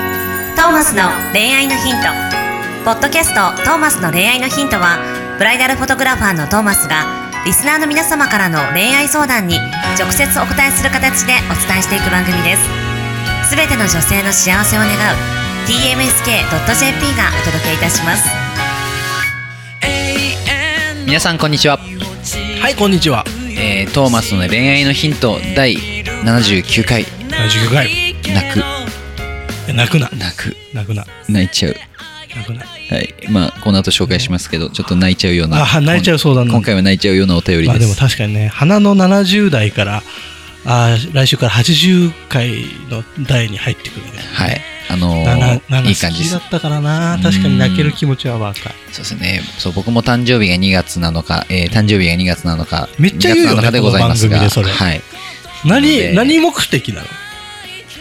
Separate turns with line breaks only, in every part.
ーマスの恋愛のヒント」ポッドキャスト「トーマスの恋愛のヒントは」ブライダルフォトグラファーのトーマスがリスナーの皆様からの恋愛相談に直接お答えする形でお伝えしていく番組ですすべての女性の幸せを願う tmsk.jp がお届けいたします
皆さんこんにちは、
はい、こんにちは。
えー、トーマスの恋愛のヒント第79回
19回。
泣く
泣くな。
泣く
泣くな。
泣いちゃう
泣くな。
はいまあこの後紹介しますけどちょっと泣いちゃうような
あは泣いちゃう相談な
今
んだ
今回は泣いちゃうようなお便り
まあ
で
でも
す、
確かにね、花の70代から、あー来週から80回の代に入ってくるね。
はいあの
ななな
ー、いい感じ
好
で
き
す
だ
そう
ったからな。確かに泣ける気持ちはわかる。
ですねそう僕も誕生日が2月7日、えー、誕生日が2月7日
めっちゃ言うよね
2月7日でございますが
この番組でそれ
はい
何、何目的なの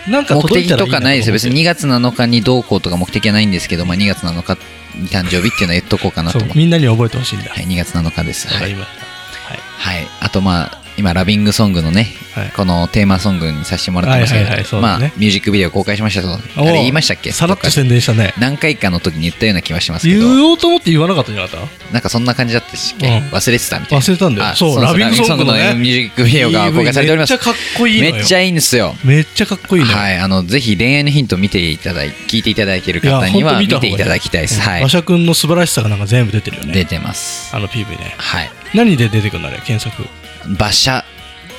なんか
目
届い
的
たら
と
いい
かないですよ別に2月7日にどうこうとか目的はないんですけど、まあ、2月7日に誕生日っていうのは言っとこうかなと
そう
思っ、て、
みんなに覚えてほしいんだ。
はい、2月7日です、
わ
は
か
い
りましたはい。
はい、あとまあ今ラビングソングのね、
はい
このテーマソングにさせてもらってますけど、
はいはいはいそう
ま
だ
あ
ね
ミュージックビデオ公開しましたとあ
おう
れ言いましたっけ
さらっと
どっか
宣伝したね。
何回かの時に言ったような気はしますけど
言おうと思って言わなかったんじゃなかっ
なんかそんな感じだったっけ、
うん
忘れてたみたいな
忘れたんだよ
あ
そう
です
ラビングソングのね
ラビミュージックビデオが公開されております
めっちゃかっこいいのよ
めっちゃいいんですよ
ためっちゃかっこいいね。
はい、あのぜひ恋愛のヒントを見ていただい聞いていただける
いや
方には見
本当
ていただきたいです、はい
馬、車くんの素晴らしさがなんか全部出てるよね。
出てます
あの PV ね。
はい
何で出てくるんだね、検索。
馬車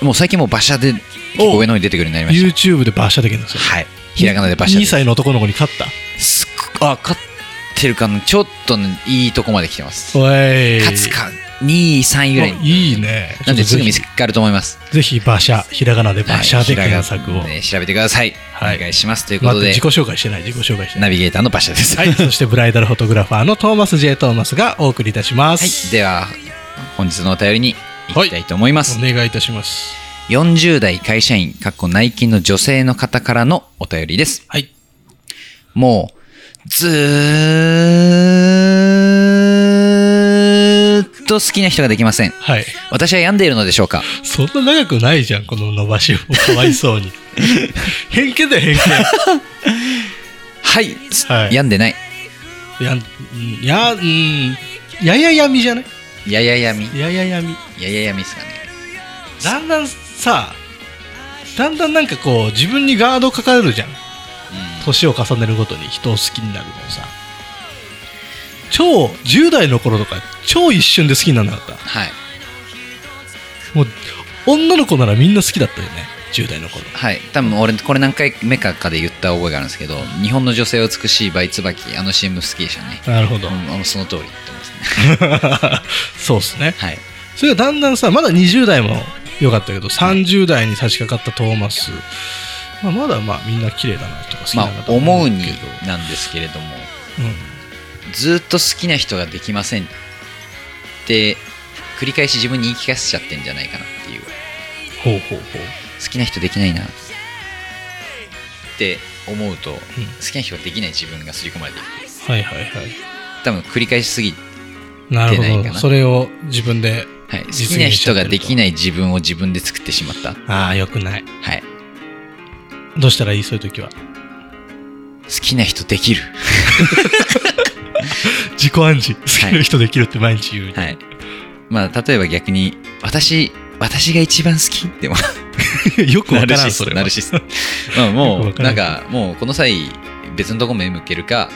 もう最近もう馬車で結構上の方に出てくるようになりました
YouTube で馬車で検索する。
はいひらがなで馬車
2
です
歳の男の子に勝った。
すっごあ勝ってるかなちょっとねいいとこまで来てます
おい。
勝つか2位3位ぐらい
おいいね。
なんで
ち
す
ょっ
ぐ見
とぜひ
つかると思います
ぜひ馬車、ひらがなで馬車で
はい
検索
ひ
を。
らがなで調べてください
はい
お願いしますというこ
待
と
って
で
自己紹介してない、自己紹介してな
ナ
い。
ビゲーターの馬車です
は
はい
い、そしてブライダルフォトグラファーのトーマス J. トーマスがお送りいたします。
では本日のお便りに行きたいと思います
お願いいたします。
40代会社員かっこ内勤の女性の方からのお便りです
はい。
もうずーっと好きな人ができません
はい。
私は病んでいるのでしょうか
そんな長くないじゃん、この伸ばしを。かわいそ うに。偏見だよ、偏見。
はい、
はい
病んでない
や、うんや、うん、やややみじゃない
やややみ
やややみ。
やややみですかね
だんだんさ、だんだんなんかこう、自分にガードかかるじゃん。年を重ねるごとに人を好きになるのさ。超、10代の頃とか、超一瞬で好きにならなかっ
はい
た。もう、女の子ならみんな好きだったよね。10代の頃。
はい多分俺これ何回目かかで言った覚えがあるんですけど日本の女性は美しいバイツバキあの CM 好きでしたね
なるほど
うんあのその通りって思いますね
そうっすね。
はい
それがだんだんさまだ20代も良かったけど30代に差し掛かったトーマス、まあ、まだまあみんな綺麗だなとか好き
ま
だな
あ
とか
思うに
けど
なんですけれども
うん
ずーっと好きな人ができませんって繰り返し自分に言い聞かせちゃってんじゃないかなっていう
ほうほうほ
好きな人できないなって思うと、好きな人ができない自分が刷り込まれていく
うはいはいはい
多分繰り返しすぎ
な
出ない
る
か
ほど
な
それを自分で
はい、好
実
きな
現しち
人
ゃって
が
ると
できない自分を自分で作ってしまった。
ああよくない
はい。
どうしたらいいそういう時は
好きな人できる。
自己暗示好きな人できるって毎日言う、
はい。まあ、例えば逆に、私、私が一番好きって、まあ、
よくわ
ナル
から
シ
ん
ス
そ
ト。
れ
ナ
は
ルシスト。 まあ、も
よく
う
わ、から
なん
ん
か、もう、この際、別のとこ目向けるか、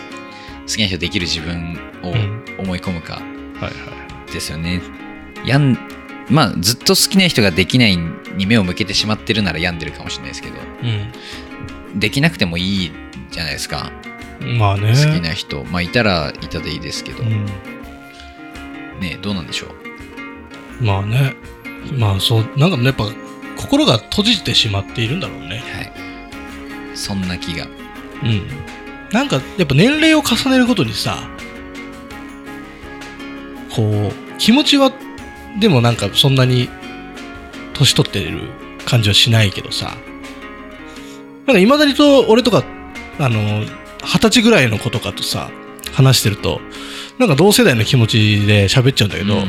好きな人できる自分
うん
を思い込むか、
はいは
ですよね。やん、まあ、ずっと好きな人ができないに目を向けてしまってるなら病んでるかもしれないですけど、
い、
できなくてもいいじゃないですか。
うん、まあね
好きな人。まあ、いたらいたでいいですけど。
うん
ねどうなんでしょう
まあねまあそうなんかやっぱ心が閉じてしまっているんだろうね
はいそんな気が
うん、なんかやっぱ年齢を重ねるごとにさこう気持ちはでもなんかそんなに年取ってる感じはしないけどさなんかいまだにと俺とかあの二十歳ぐらいの子とかとさ話してるとなんか同世代の気持ちで喋っちゃうんだけ
け
ど、
ど、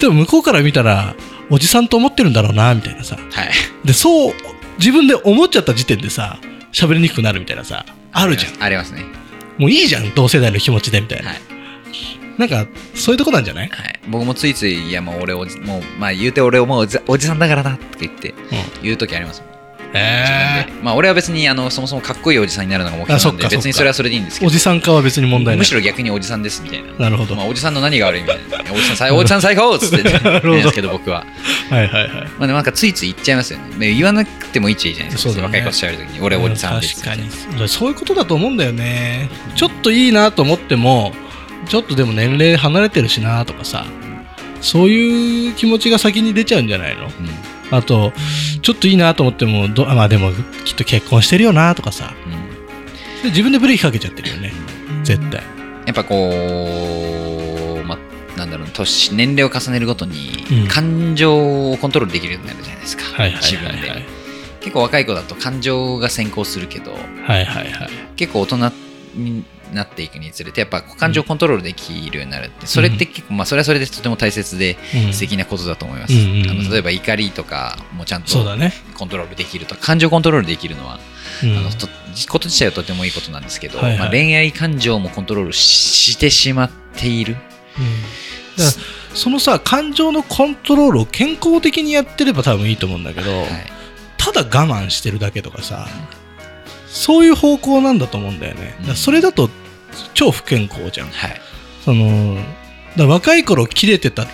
でも向こうから見たらおじさんと思ってるんだろうなみたいなさ
はい
でそう自分で思っちゃった時点でさ喋りにくくなるみたいなさ、あるじゃん。
ありますね。
もういいじゃん、同世代の気持ちでみたいな。
はい。
なんか、そういうとこなんじゃない
はい、僕もついつい、いや、もう俺おじ、もう、まあ言うて俺もうおじおじさんだからなとか言って、言う時ありますもん
え
自分でまあ俺は別に、あの、そもそもかっこいいおじさんになるのが目標
あそ
な
っ
ん
か
で、
そっ
別
か
にそれはそれでいいんですけ
ー、お
ど、
じさん化は別に問題ない。
むしろ逆におじさんですみたいな。
なるほど。
ま
は
あ、おじさんの何が悪いみたいな。おじさん 最、おじさん最高っつって、ね、
なるほど
言うんですけど、僕は。
いはいはい。
まあ、でもなんかついつい言っちゃいますよね。ね言わなくてもいいっちゃいいじゃないですか。
そうだよね
若い子と喋るときに、俺おじさんです。
確かに。そういうことだと思うんだよね。ちょっといいなと思っても、ちょっとでも年齢離れてるしなとかさ、そういう気持ちが先に出ちゃうんじゃないの
うん。
あと、ちょっといいなと思っても、どあまあでも、きっと結婚してるよなとかさ、
うん。
で自分でブレーキかけちゃってるよね、絶対。
やっぱこう、まあ、なんだろう、年、年齢を重ねるごとに
うん、
感情をコントロールできるようになるじゃないですか。
はいはい
自
は
分
いはい
で。。結構若い子だと感情が先行するけど、
はいはいはい。
結構大人になっていくにつれて、やっぱ感情をコントロールできるようになるって、それって結構、まあ、それはそれでとても大切で、
うん
素敵なことだと思います、
うんうんうん
あの例えば怒りとかもちゃんと
そうだね。
コントロールできると感情コントロールできるのは、
うん
あのとこと自体はとてもいいことなんですけど、
はいはい
まあ、恋愛感情もコントロールししてしまっている
うんだからそのさ感情のコントロールを健康的にやってれば多分いいと思うんだけど、
はい
ただ我慢してるだけとかさそういう方向なんだと思うんだよね、だからそれだと超不健康じゃん
はい
そのだから若い頃切れてた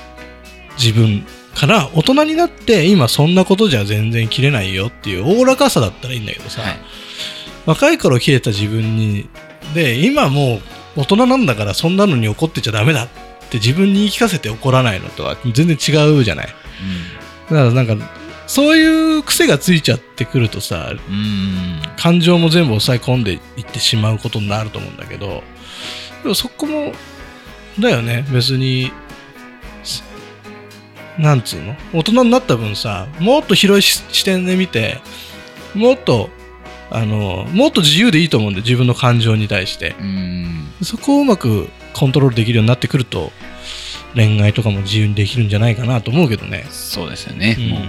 自分から大人になって今そんなことじゃ全然切れないよっていうおおらかさだったらいいんだけどさ、
はい
若い頃切れた自分にで今もう大人なんだからそんなのに怒ってちゃダメだって自分に言い聞かせて怒らないのとは全然違うじゃないだからなんかそういう癖がついちゃってくるとさ
うんうん
感情も全部抑え込んでいってしまうことになると思うんだけどでもそこもだよね別にすなんつうの大人になった分さもっと広いし視点で見てもっとあのもっと自由でいいと思うんで自分の感情に対して
うん
そこをうまくコントロールできるようになってくると恋愛とかも自由にできるんじゃないかなと思うけどね
そうですよね、
うん
もう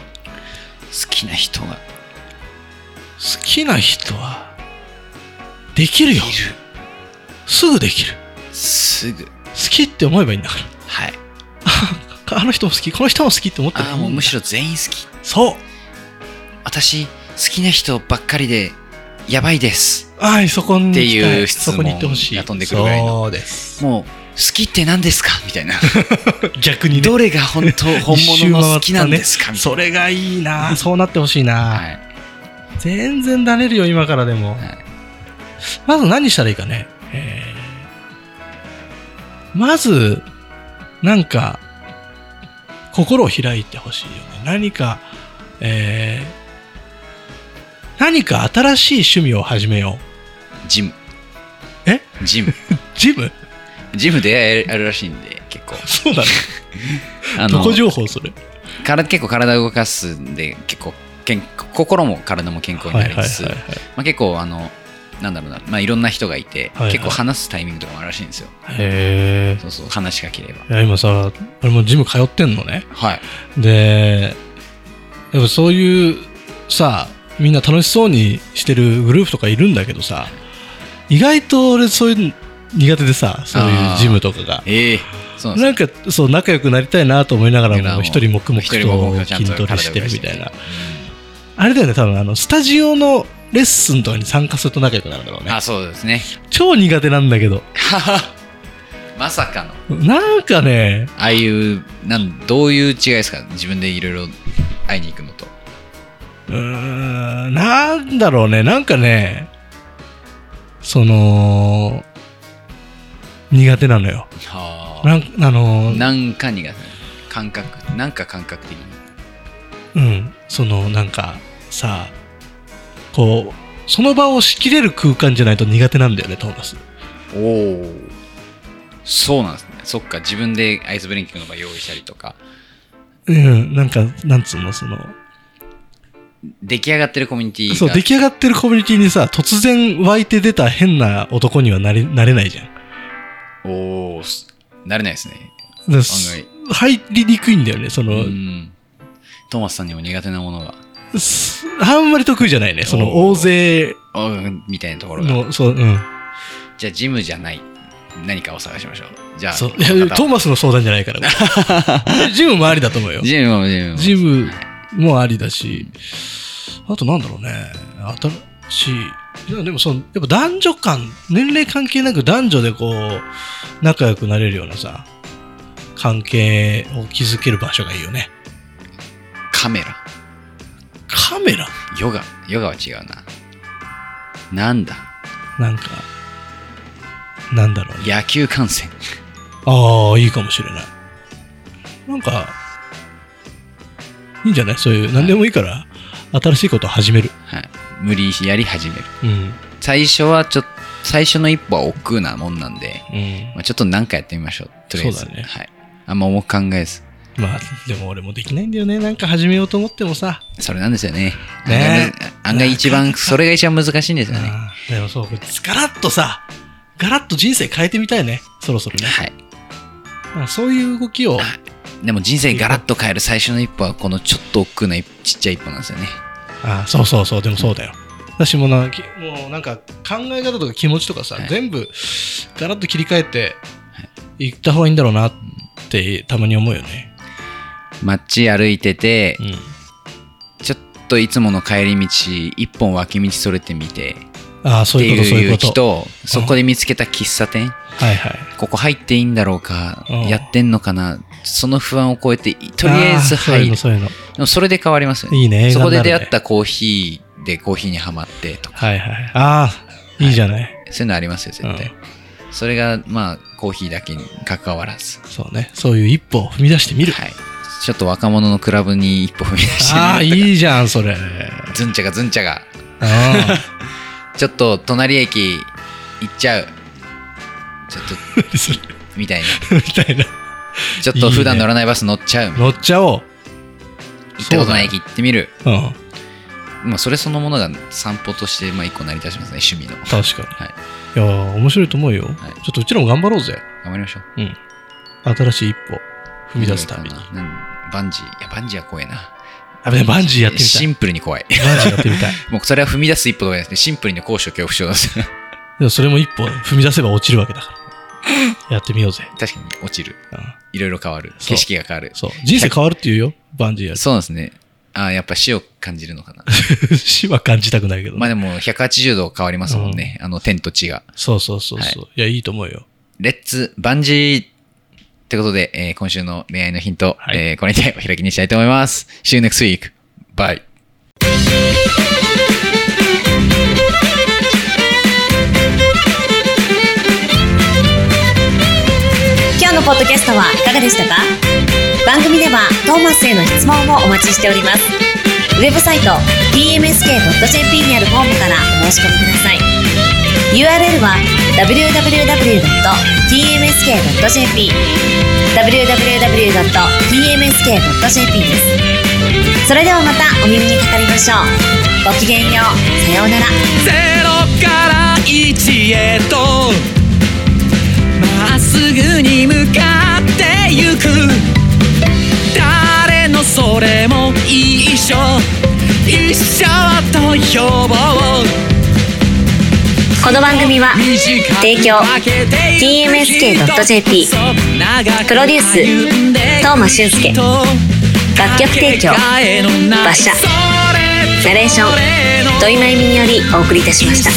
好きな人が
好きな人はできる
い
よ
る
すぐできる
すぐ
好きって思えばいいんだから
はい
ああの人も好き、この人も好きって思ってる。
ああもうむしろ全員好き
そう。
私好きな人ばっかりでやばいです
はい、そこに行きた。
っていう質問
そこに行ってほしい。
が飛んでくるぐらいの
そうです。
もう好きって何ですかみた いな
逆にね
どれが本 当本物の好きなんですかみたい
それがいいなそうなってほしい
な、
な、
はい、
全然だれるよ、今からで
は
も。
い
まず何したらいいかね。えーまず、なんか、心を開いてほしいよね。何か、えー何か新しい趣味を始めよ
ジム
え
ジム
う。ジム
ジムであるらしいんで結構
そうな
あ
のど
の
こ情報それ
から結構体を動かすんで結構健心も体も健康になりつつ、
はいはい
まあ、結構あのなんだろうな、まあ、いろんな人がいて、
はいはい
結構話すタイミングとかもあるらしいんですよ
はいはいへ
そうそう話しかければ
え今さ俺もジム通ってんのね
はい
でやっぱそういうさみんな楽しそうにしてるグループとかいるんだけどさ意外と俺そういうの苦手でさそういうジムとかが
ええそうなん
なんかそう仲良くなりたいなと思いなが
だから
ら
も
も
う
一人黙々
一人黙々
と
とちゃん
筋
と
トレしてるみたい
体を
な
動か
あれだよね多分あのスタジオのレッスンとかに参加すると仲良くなるんだろう
です
ね
あそうですね
超苦手なんだけど
まさかの
なんかね
ああいうなんどういう違いですか自分でいろいろ会いに行くのと
うーんなんだろうね、なんかね、その、苦手なのよ。
は
なんあのー
なんか苦手感覚なんか感覚的に
うん、その、なんか、さ、こう、その場を仕切れる空間じゃないと苦手なんだよね、トーマス。
おおそうなんですねそっか自分でアイスブレイキングの場用意したりとか
うん、なんか、なんつうの、その、
出来上がってるコミュニティが
そう、出来上がってるコミュニティにさ、突然湧いて出た変な男にはなれなれないじゃん。
おおなれないですね
だ
案外
入りにくいんだよね、そうの、
んトーマスさんにも苦手なものが
すあんまり得意じゃないね。その大勢
おうんみたいなところが。
の、そう、うん。
じゃあ、ジムじゃない。何かを探しましょう。じゃあ、
そう
こ
い
の
や
方
トーマスの相談じゃないから。ジムもありだと思うよ。
ジムもジムも。
ジム
はい
もありだし、あとなんだろうね、新しい。いやでもその、やっぱ男女間、年齢関係なく男女でこう、仲良くなれるようなさ、関係を築ける場所がいいよね。
カメラ。
カメラ
ヨガ。ヨガは違うな。なんだ
なんか、なんだろうね。
野球観戦。
ああ、いいかもしれない。なんか、いいんじゃないそういう、何でもいいから、新しいことを始める。
はい。無理やり始める。
うん。
最初はちょっと、最初の一歩は億劫なもんなんで、
うん。
まあ、ちょっと何かやってみましょう。とりあえず。
そうだね
はい。あんま重く考えず。
まあ、でも俺もできないんだよね。なんか始めようと思ってもさ。
それなんですよね。
ね
案外案外一番、それが一番難しいんですよ ね。
あーでもそう、ガラッとさ、ガラッと人生変えてみたいね。そろそろね。
はい。
まあそういう動きを、
でも人生ガラッと変える最初の一歩はこのちょっと億劫な一歩ちっちゃい一歩なんですよね。
あーそうそうそう、でもそうだよ。私もな、きもうなんか考え方とか気持ちとかさ、
はい
全部ガラッと切り替えて行った方がいいんだろうなってたまに思うよね。
街歩いてて
う、ん。
ちょっといつもの帰り道、一本脇道それてみて、
ああ、
っ
そう
て
いうこと、そう
い
いううこ
人
と。
そこで見つけた喫茶店、
はいはい。
ここ入っていいんだろうか、
うん
やってんのかな、その不安を超えて、とりあえず
ーそうい
入る
うの、。そういうの。
でもそれで変わりますよね。
いいね。
そこで
映画に
出
なる
会
ね
っ。たコーヒーでコーヒーにはまってとか、
はいはい。ああ、いいじゃない。
そういうのありますよ、絶対。それが、まあ、コーヒーだけに関わらず。
そうね。そういう一歩を踏み出してみる。
はい。ちょっと若者のクラブに一歩踏み出してみる
ああ、いいじゃ ん、それ。
ズンチャがズンチャが。
あ
ちょっと隣駅行っちゃう。ちょっと、
あ、それ
み たいな。
みたいな。
ちょっと普段乗らないバス乗っちゃう。
乗っちゃおう。
行ったことない駅行ってみる。
うん、
まあ、それそのものが散歩として、まあ、一個成り立ちますね、趣味の。
確かに。
はい。
いやー、面白いと思うよ。
はい
ちょっとうちらも頑張ろうぜ。
頑張りましょう。
新しい一歩踏み出すために。
うんバンジー。いや、バンジーは怖いな。
あ、でもバンジーやってみた
シ
い。
ンプルに怖い。
バンジーやってみたい。
もうそれは踏み出す一歩とかじゃないですね。シンプルに高所恐怖症なんですよ
でもそれも一歩踏み出せば落ちるわけ だから。やってみようぜ。
確かに落ちる。
うん、
いろいろ変わる。
そう
景色が変わる。
そう。人生変わるって言うよ。バンジ ーやる
そうなんですね。ああ、やっぱ死を感じるのかな。
と。死は感じたくないけど。
まあでも180度変わりますもんね。あの天と地が。
そうそうそうそう。い、や、いいと思うよ。
レッツバンジーってことで、えー今週の恋愛のヒント、
はい
えーこれにてお開きにしたいと思います。See you next week. Bye.
「今日のポッドキャストはいかがでしたか番組ではトーマスへの質問もお待ちしておりますウェブサイト tmsk.jp にあるフォームからお申し込みください URL は www.tmsk.jp www.tmsk.jp ですそれではまたお耳にかかりましょうごきげんようさようなら
ゼロから一へとまっすぐに向かってゆく誰のそれも一緒一緒と呼ぼう
この番組は提供 TMSK.jp プロデュース東間俊介楽曲提供馬車
ナ
ナレーション土井真由美によりお送りいたしました
た